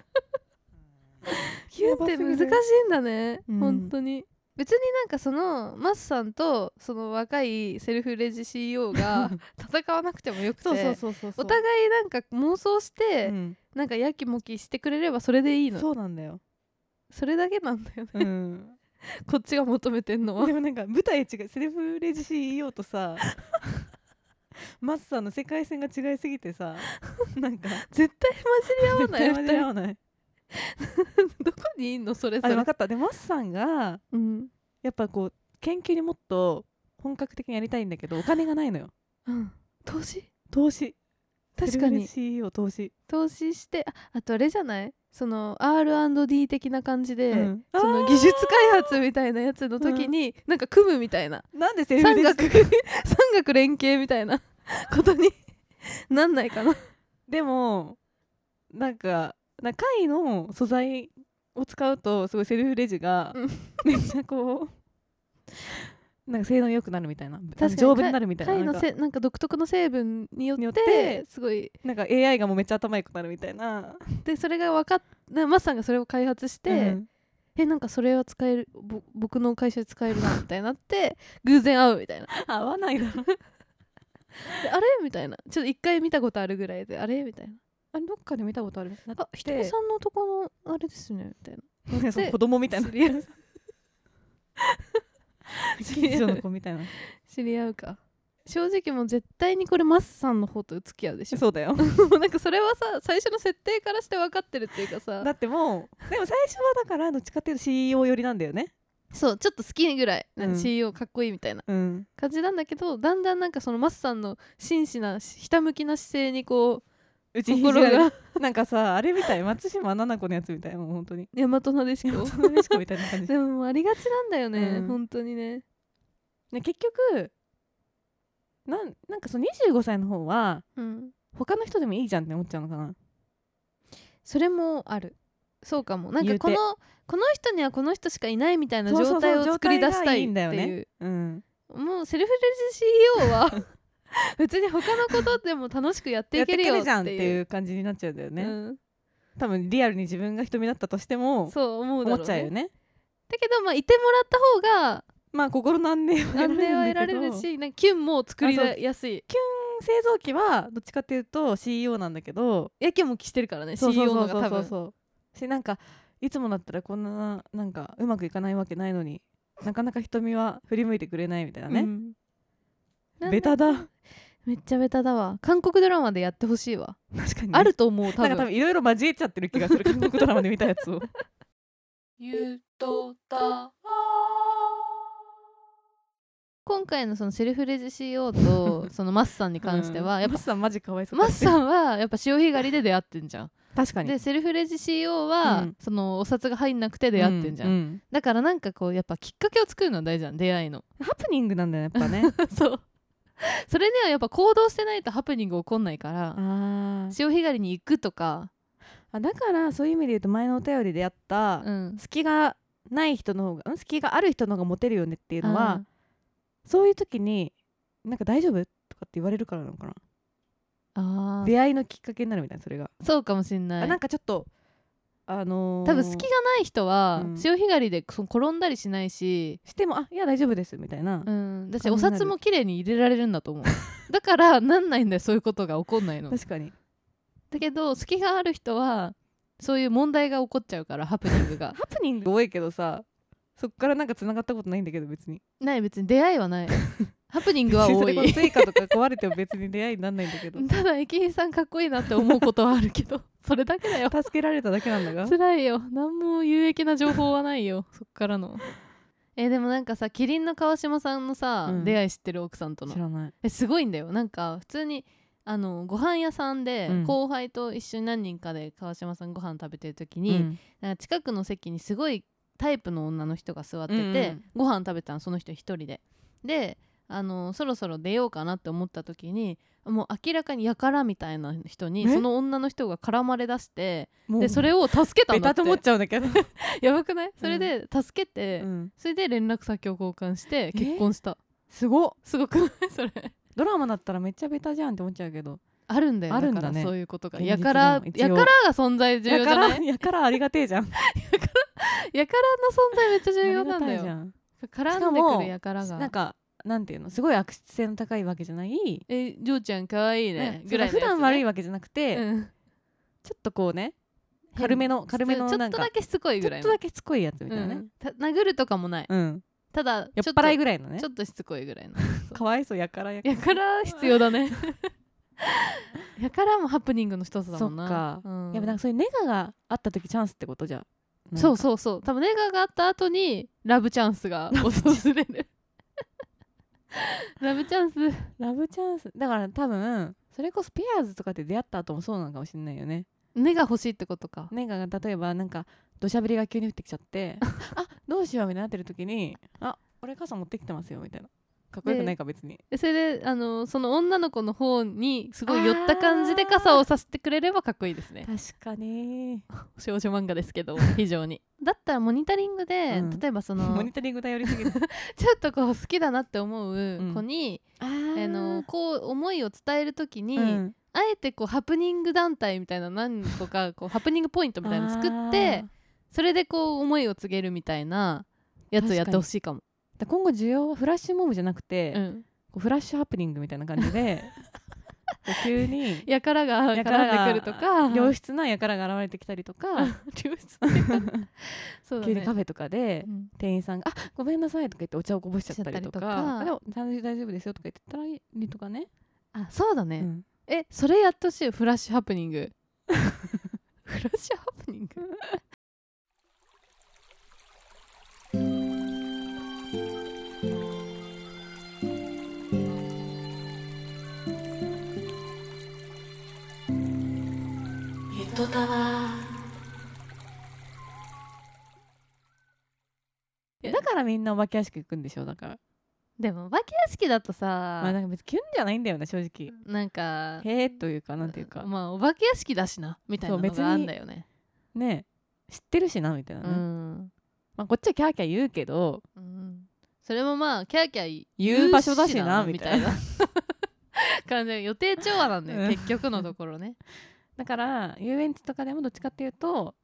Speaker 1: キュンって難しい
Speaker 2: い
Speaker 1: んだね、
Speaker 2: うん
Speaker 1: 本当に別になんかそのマスさんとその若いセルフレジ CEO
Speaker 2: [laughs]
Speaker 1: が戦わなくてもよくて
Speaker 2: そうそうそうそうそう
Speaker 1: お互いなんか妄想して、
Speaker 2: うん
Speaker 1: なんかやきもきしてくれればそれでいいのそ
Speaker 2: そうなんだよ、
Speaker 1: れだけなんだよね、
Speaker 2: うん、
Speaker 1: こっちが求めてんのは
Speaker 2: [laughs] でもなんか舞台違うセルフレジ CEO と [laughs] さマスさんの世界線が違いすぎて [laughs] さなんか
Speaker 1: 絶対混じり合わない
Speaker 2: 絶対混じり合わない
Speaker 1: [laughs] どこにいんのそれ
Speaker 2: あ
Speaker 1: そ
Speaker 2: で
Speaker 1: れ
Speaker 2: も分かったでマスさんが
Speaker 1: うん
Speaker 2: やっぱこう研究にもっと本格的にやりたいんだけどお金がないのよ
Speaker 1: うん、投資
Speaker 2: 投資
Speaker 1: 確かに
Speaker 2: CEO 投資
Speaker 1: 投資してああとあれじゃないその R&D 的な感じで、
Speaker 2: うん
Speaker 1: その技術開発みたいなやつの時に、なんか組むみたいな
Speaker 2: なんでセリフ
Speaker 1: 産 [laughs]
Speaker 2: で
Speaker 1: 学産学連携みたいなことに [laughs] なんないかな
Speaker 2: でもなんかなんか貝の素材を使うとすごいセルフレジが
Speaker 1: うん
Speaker 2: めっちゃこう [laughs] なんか性能良くなるみたいな
Speaker 1: 確かに
Speaker 2: 丈夫になるみたいな
Speaker 1: 貝
Speaker 2: な
Speaker 1: の
Speaker 2: んか
Speaker 1: せなんか独特の成分によって
Speaker 2: によって
Speaker 1: すごい
Speaker 2: なんか AI がもうめっちゃ頭良くなるみたいな
Speaker 1: でそれが分かっなマスさんがそれを開発して、
Speaker 2: うん
Speaker 1: えなんかそれは使えるぼ僕の会社で使えるなみたいになって [laughs] 偶然会うみたいな
Speaker 2: 合わないな
Speaker 1: であれみたいなちょっと一回見たことあるぐらいであれみたいな
Speaker 2: [laughs] あどっかで見たことあるな
Speaker 1: あひとみさんのとこのあれですねみたいな
Speaker 2: なんかそう子供みたいな
Speaker 1: 知り合う知
Speaker 2: 近
Speaker 1: り合
Speaker 2: 所の
Speaker 1: う
Speaker 2: 子み
Speaker 1: [laughs]
Speaker 2: たいな
Speaker 1: 知り合うか正直もう絶対にこれマスさんの方とお付き合うでし
Speaker 2: [laughs]
Speaker 1: ょ
Speaker 2: そうだよ
Speaker 1: もうなんかそれはさ最初の設定からして分かってるっていうかさ
Speaker 2: だってもうでも最初はだからどっちかっていうと CEO 寄りなんだよね
Speaker 1: そうちょっと好きぐらい、なんか
Speaker 2: うん
Speaker 1: CEO かっこいいみたいな
Speaker 2: うん
Speaker 1: 感じなんだけどだんだんなんかそのマスさんの真摯なひひたむきな姿勢にこう
Speaker 2: うち
Speaker 1: 心が
Speaker 2: なんかさあれみたい松島菜々子のやつみたいもう本当に
Speaker 1: 大和なでし
Speaker 2: [laughs]
Speaker 1: こ
Speaker 2: そんなでしこみたいな [laughs] 感じ
Speaker 1: でももうありがちなんだよね、
Speaker 2: うん
Speaker 1: 本当にね
Speaker 2: ね結局なんなんかその25歳の方は
Speaker 1: うん
Speaker 2: 他の人でもいいじゃんって思っちゃうのかな
Speaker 1: それもあるそうかもなんか
Speaker 2: 言うて
Speaker 1: このこの人にはこの人しかいないみたいな状態を作り出したいっていう
Speaker 2: うん、
Speaker 1: もうセルフレジ CEO は [laughs] 別に他のことでも楽しくやって
Speaker 2: やっ
Speaker 1: い
Speaker 2: て
Speaker 1: け
Speaker 2: い
Speaker 1: るよ
Speaker 2: け
Speaker 1: っ
Speaker 2: る
Speaker 1: て
Speaker 2: じゃんって
Speaker 1: い
Speaker 2: いうう感じになっちゃうんだよね、
Speaker 1: うん
Speaker 2: 多分リアルに自分が瞳だったとしても
Speaker 1: そう思うだ
Speaker 2: 思
Speaker 1: ろう、ね、
Speaker 2: っちゃうよね
Speaker 1: だけどまあいてもらった方
Speaker 2: まあ心の安寧は
Speaker 1: が安定は得られ
Speaker 2: んだけ
Speaker 1: る
Speaker 2: ど
Speaker 1: しなんかキュンも作りやすい
Speaker 2: 製造機はどっちかっていうと CEO なんだけど
Speaker 1: やきもきしてるからね
Speaker 2: そうそ
Speaker 1: CEO
Speaker 2: うそ
Speaker 1: の
Speaker 2: うそ
Speaker 1: が多
Speaker 2: うそう
Speaker 1: 分
Speaker 2: そうしなんかいつもだったらこんななんかうまくいかないわけないのになかなか瞳は振り向いてくれないみたいな
Speaker 1: う
Speaker 2: ね、
Speaker 1: んなん
Speaker 2: ベタだ
Speaker 1: めっちゃベタだわ韓国ドラマでやってほしいわ、
Speaker 2: 確かに
Speaker 1: あると思う多
Speaker 2: なん
Speaker 1: 分
Speaker 2: か多分いろいろ交えちゃってる気がする韓国ドラマで見たやつを
Speaker 4: ゆとた
Speaker 1: 今回のそのセルフレジ CEO
Speaker 2: [laughs]
Speaker 1: とそのマスさんに関しては、やっ
Speaker 2: マスさんマジかわいそ
Speaker 1: ぱ
Speaker 2: うだ
Speaker 1: マ
Speaker 2: って
Speaker 1: スさんはやっぱ潮干狩りで出会ってんじゃん
Speaker 2: 確かに
Speaker 1: でセルフレジ CEO は、
Speaker 2: うん
Speaker 1: そのお札が入んなくて出会ってんじゃん、
Speaker 2: う
Speaker 1: だからなんかこうやっぱきっかけを作るのは大事じゃん出会
Speaker 2: [laughs]
Speaker 1: いの
Speaker 2: ハプニングなんだよねやっぱ
Speaker 1: [laughs]
Speaker 2: ね
Speaker 1: そうそれにはやっぱ行動してないとハプニング起こんないから
Speaker 2: あー
Speaker 1: 潮干狩りに行くとか、
Speaker 2: あだからそういう意味で言うと前のお便りでやった、
Speaker 1: うん、
Speaker 2: 隙がない人の方がん隙がある人の方がモテるよねっていうの
Speaker 1: あー
Speaker 2: はそういう時になんか大丈夫とかって言われるからなのかな
Speaker 1: あー
Speaker 2: 出会いのきっかけになるみたいなそれが、
Speaker 1: そうかもしん
Speaker 2: あ
Speaker 1: ない
Speaker 2: なんかちょっとあのー
Speaker 1: 多分好きがない人は
Speaker 2: うん
Speaker 1: 潮干狩りでその転んだりしないし、
Speaker 2: してもあいや大丈夫ですみたいな、
Speaker 1: うん、だし
Speaker 2: 金になる
Speaker 1: お札も綺麗に入れられるんだと思うだからなんないんだよそういうことが起こん [laughs] ないの
Speaker 2: 確かに
Speaker 1: だけど隙がある人はそういう問題が起こっちゃうからハプニングが
Speaker 2: ハプニング多いけどさそっからなんかつながったことないんだけど別に
Speaker 1: [laughs] ない別に出会いはない [laughs] ハプニングは
Speaker 2: 別にそ
Speaker 1: 多
Speaker 2: れこそ
Speaker 1: [laughs] い
Speaker 2: スイカとか壊れても別に出会いになんないんだけど
Speaker 1: ただ駅員さんかっこいいなって思うことはあるけ [laughs] どそれだけだよ
Speaker 2: 助けられただけなんだが
Speaker 1: 辛いよ何も有益な情報はないよそっからの [laughs] えーでもなんかさキリンの川島さんのさ、
Speaker 2: うん
Speaker 1: 出会い知ってる奥さんとの
Speaker 2: 知らない
Speaker 1: えすごいんだよなんか普通にあのご飯屋さんで、
Speaker 2: うん
Speaker 1: 後輩と一緒に何人かで川島さんご飯食べてる時に、
Speaker 2: うん
Speaker 1: なんか近くの席にすごいタイプの女の人が座ってて、
Speaker 2: うんうん
Speaker 1: ご飯食べたのその人一人でであのそろそろ出ようかなって思った時にもう明らかにやからみたいな人に
Speaker 2: え
Speaker 1: その女の人が絡まれだして
Speaker 2: もう
Speaker 1: でそれを助けた
Speaker 2: ベ
Speaker 1: んだっ
Speaker 2: タ
Speaker 1: て
Speaker 2: と思っちゃうんだけど、
Speaker 1: [laughs] やばくないそれで助けて、
Speaker 2: うん
Speaker 1: それで連絡先を交換して結婚した
Speaker 2: すごっ
Speaker 1: すごくない [laughs] それ
Speaker 2: ドラマだったらめっちゃベタじゃんって思っちゃうけど
Speaker 1: あるんだよ
Speaker 2: あるんだね
Speaker 1: からそういうことが
Speaker 2: 現
Speaker 1: や
Speaker 2: 実でも
Speaker 1: から
Speaker 2: 一応
Speaker 1: やからが存在重要
Speaker 2: や
Speaker 1: じ
Speaker 2: か
Speaker 1: ゃ
Speaker 2: ら [laughs]
Speaker 1: ない
Speaker 2: やからありがてえじゃん
Speaker 1: やからの存在めっちゃ重要なんだ
Speaker 2: ありがたいじ
Speaker 1: よ
Speaker 2: ゃ
Speaker 1: 絡
Speaker 2: ん
Speaker 1: んで
Speaker 2: しか
Speaker 1: く
Speaker 2: も
Speaker 1: るやからが
Speaker 2: なんかなんていうのすごい悪質性の高いわけじゃない、
Speaker 1: えジョーちゃん可愛い
Speaker 2: ね
Speaker 1: ねぐらいのやつ
Speaker 2: 普
Speaker 1: ね
Speaker 2: 段悪いわけじゃなくて、
Speaker 1: うん
Speaker 2: ちょっとこうね軽めの軽めの
Speaker 1: ちょ
Speaker 2: な
Speaker 1: っ
Speaker 2: ん
Speaker 1: と
Speaker 2: か
Speaker 1: だけしつこい
Speaker 2: ち
Speaker 1: ぐ
Speaker 2: ょ
Speaker 1: ら
Speaker 2: っ
Speaker 1: い
Speaker 2: と
Speaker 1: の
Speaker 2: だけしつこいやつみたいなね、
Speaker 1: うんた殴るとかもない
Speaker 2: うん
Speaker 1: ただ
Speaker 2: 酔っ
Speaker 1: ちょと
Speaker 2: 払いぐらいのね
Speaker 1: ちょっとしつこいぐらいのそう
Speaker 2: かわいそうやからやから
Speaker 1: やから必要だ
Speaker 2: [laughs]
Speaker 1: ねやからもハプニングの一つだもんな
Speaker 2: そっか
Speaker 1: うん
Speaker 2: やっぱなんかそういうネガがあった時チャンスってことじゃなんか
Speaker 1: そうそうそう多分ネガがあった後にラブチャンスが訪れる [laughs] ラブチャンス
Speaker 2: ラブチャンスだから多分それこそペアーズとかで出会った後もそうなのかもしれないよね
Speaker 1: ネガ欲しいってことか
Speaker 2: ねが例えばなんか土砂降りが急に降ってきちゃって
Speaker 1: [laughs]
Speaker 2: あどうしようみたいになってる時にあ俺傘持ってきてますよみたいなかっこよくないか別に
Speaker 1: でそれであのその女の子の方にすごい寄った感じで傘をさしてくれればかっこいいですね
Speaker 2: 確かに
Speaker 1: 少女漫画ですけ
Speaker 2: [laughs]
Speaker 1: ど非常にだったらモニタリングで、
Speaker 2: うん
Speaker 1: 例えばそ
Speaker 2: [laughs] モ
Speaker 1: の
Speaker 2: ニタリング頼りすぎ
Speaker 1: [laughs]
Speaker 2: る
Speaker 1: ちょっとこう好きだなって思う子に、
Speaker 2: あ
Speaker 1: あのこう思いを伝える時に、
Speaker 2: うん
Speaker 1: あえてこうハプニング団体みたいな何個かこうハプニングポイントみたいなの作ってそれでこう思いを告げるみたいなやつをやってほしいかも。
Speaker 2: だから今後需要はフラッシュモブじゃなくて、
Speaker 1: うん、
Speaker 2: こうフラッシュハプニングみたいな感
Speaker 1: [laughs]
Speaker 2: じでこう急に
Speaker 1: やから
Speaker 2: [laughs]
Speaker 1: が
Speaker 2: やから
Speaker 1: 絡んでくると [laughs] か
Speaker 2: 良質なやからが現れてきたりとか
Speaker 1: あ良質っていうかそうだ
Speaker 2: 急に
Speaker 1: ね
Speaker 2: カフェとかで
Speaker 1: うん
Speaker 2: 店員さんが「あごめんなさい」とか言ってお茶をこぼしちゃったりとか
Speaker 1: しちゃったりとか
Speaker 2: あでも大丈夫ですよ」とか言ってたりとかね、
Speaker 1: あそうだね、
Speaker 2: うん
Speaker 1: えそれやってほしいフラッシュハプニング [laughs] フラッシュハプニング
Speaker 4: ゆとたわ
Speaker 1: え
Speaker 2: だからみんなお化け屋敷行くんでしょだから
Speaker 1: [laughs] でもお化け屋敷だとさ、
Speaker 2: まあなんか別にキュンじゃないんだよな正直
Speaker 1: なんか
Speaker 2: へえというかなんていうか
Speaker 1: まあお化け屋敷だしなみたいなの
Speaker 2: そう別に
Speaker 1: があんだよね
Speaker 2: ねえ知ってるしなみたいな
Speaker 1: う
Speaker 2: ね、
Speaker 1: ん、
Speaker 2: まあ、こっちはキャーキャー言うけど
Speaker 1: うん、それもまあキャーキャー
Speaker 2: 言う場所だし
Speaker 1: 言う
Speaker 2: なみたいな
Speaker 1: [laughs] 感じで予定調和なんだよ、
Speaker 2: うん
Speaker 1: 結局のところね
Speaker 2: だから遊園地とかでもどっちかっていうと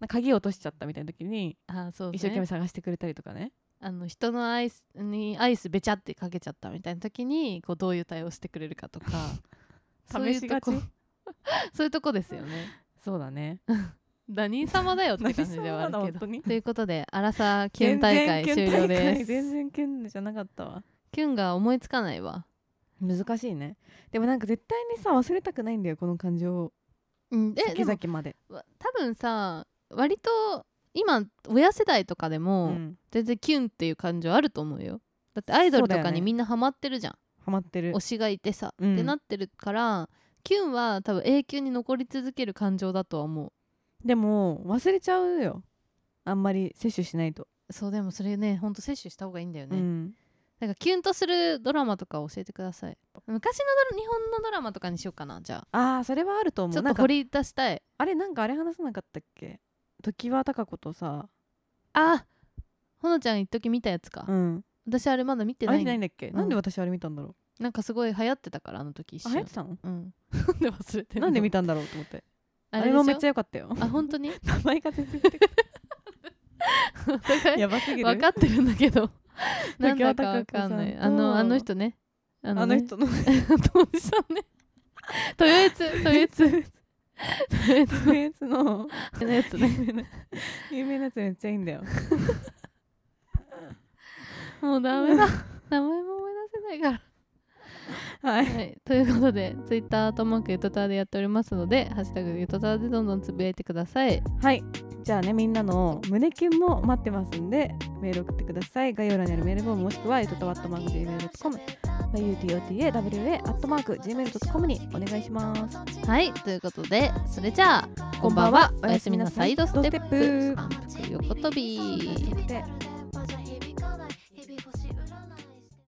Speaker 2: なんか鍵落としちゃったみたいな時に
Speaker 1: あそう、ね、
Speaker 2: 一生懸命探してくれたりとかね
Speaker 1: あの人のアイスにアイスべちゃってかけちゃったみたいな時にこうどういう対応してくれるかと [laughs] かそうい
Speaker 2: 試
Speaker 1: う
Speaker 2: し
Speaker 1: と
Speaker 2: がち
Speaker 1: こ [laughs] そういうとこですよね
Speaker 2: そうだね
Speaker 1: 何様だよって感じではあ
Speaker 2: 何様
Speaker 1: るけ
Speaker 2: だ本
Speaker 1: ど
Speaker 2: 当に
Speaker 1: ということでアラサーキュン大会
Speaker 2: 全
Speaker 1: 終了
Speaker 2: 然キュン大
Speaker 1: で
Speaker 2: 会
Speaker 1: す
Speaker 2: 全然キュンじゃなかったわ
Speaker 1: キュンが思いつかないわ
Speaker 2: 難しいねでもなんか絶対にさ忘れたくないんだよこの感情を
Speaker 1: うんえ
Speaker 2: 先
Speaker 1: でも
Speaker 2: 々まで
Speaker 1: わ多分さ割と今親世代とかで
Speaker 2: う
Speaker 1: も
Speaker 2: ん
Speaker 1: 全然キュンっていう感情あると思うよだってアイドルとかにみんなハマってるじゃん、
Speaker 2: ハマってる
Speaker 1: 推しがいてさ、
Speaker 2: うん
Speaker 1: ってなってるからキュンは多分永久に残り続ける感情だとは思
Speaker 2: でも忘れちゃうよあんまり摂取しないと、
Speaker 1: うそうでもそれねほんと摂取した方がいいんだよね、
Speaker 2: うん
Speaker 1: なんかキュンとするドラマとか教えてください昔のドラ日本のドラマとかにしようかなじゃあ
Speaker 2: ああそれはあると思う
Speaker 1: ちょっ
Speaker 2: な
Speaker 1: と
Speaker 2: んか
Speaker 1: 掘り出したい
Speaker 2: あれなんかあれ話さなかったっけ時は高子とさ
Speaker 1: あほのちゃん一時見たやつか、
Speaker 2: うん
Speaker 1: 私あれまだ見て
Speaker 2: あ
Speaker 1: な
Speaker 2: れ
Speaker 1: い
Speaker 2: じゃないんだっけ、なんで
Speaker 1: うん
Speaker 2: 私あれ見たんだろ
Speaker 1: なんかすごい流行ってたからあの時一
Speaker 2: うあ
Speaker 1: 瞬
Speaker 2: 流行ってたの
Speaker 1: うん。なん [laughs] で忘れて
Speaker 2: なんで見
Speaker 1: た
Speaker 2: たんだろうと思ってあ
Speaker 1: あ
Speaker 2: れ
Speaker 1: れ
Speaker 2: も
Speaker 1: も
Speaker 2: め
Speaker 1: め
Speaker 2: っ
Speaker 1: っ
Speaker 2: ち
Speaker 1: ち
Speaker 2: ゃ
Speaker 1: ゃ。
Speaker 2: 良かっ
Speaker 1: [laughs]
Speaker 2: たよ
Speaker 1: あ、本当に
Speaker 2: 名前が全然出て
Speaker 1: [laughs]
Speaker 2: こ
Speaker 1: お互
Speaker 2: ない
Speaker 1: い
Speaker 2: やばすぎる
Speaker 1: 分かってるんだけ
Speaker 2: [laughs]
Speaker 1: ど。なん
Speaker 2: 時は
Speaker 1: だ
Speaker 2: 高子
Speaker 1: かわかんない。
Speaker 2: さんと
Speaker 1: あの、あの人ね。あ
Speaker 2: あ
Speaker 1: [laughs]
Speaker 2: の
Speaker 1: ね。
Speaker 2: 人の
Speaker 1: 当時さんね。豊悦、豊悦。豊悦
Speaker 2: のやつの
Speaker 1: のやつね。
Speaker 2: 有名なやつめっちゃいいんだよ
Speaker 1: もうダメだ。名前も思い出せないから。
Speaker 2: はい
Speaker 1: はい、ということで、ツイッターとマークゆとたわでやっておりますので、ハッシュタグゆとたわでどんどんつぶやいてください。
Speaker 2: はいじゃあねみんなの胸キュンも待ってますんでメール送ってください概要欄にあるメールフォームもしくはゆとたわっとマーク Gmail.com UTOTAWA アットマーク Gmail.com にお願いします
Speaker 1: はい、ということで、それじゃあ、こんばんは。おやすみなサイドステップ。
Speaker 2: ド
Speaker 1: 満腹横跳び。
Speaker 2: ステップ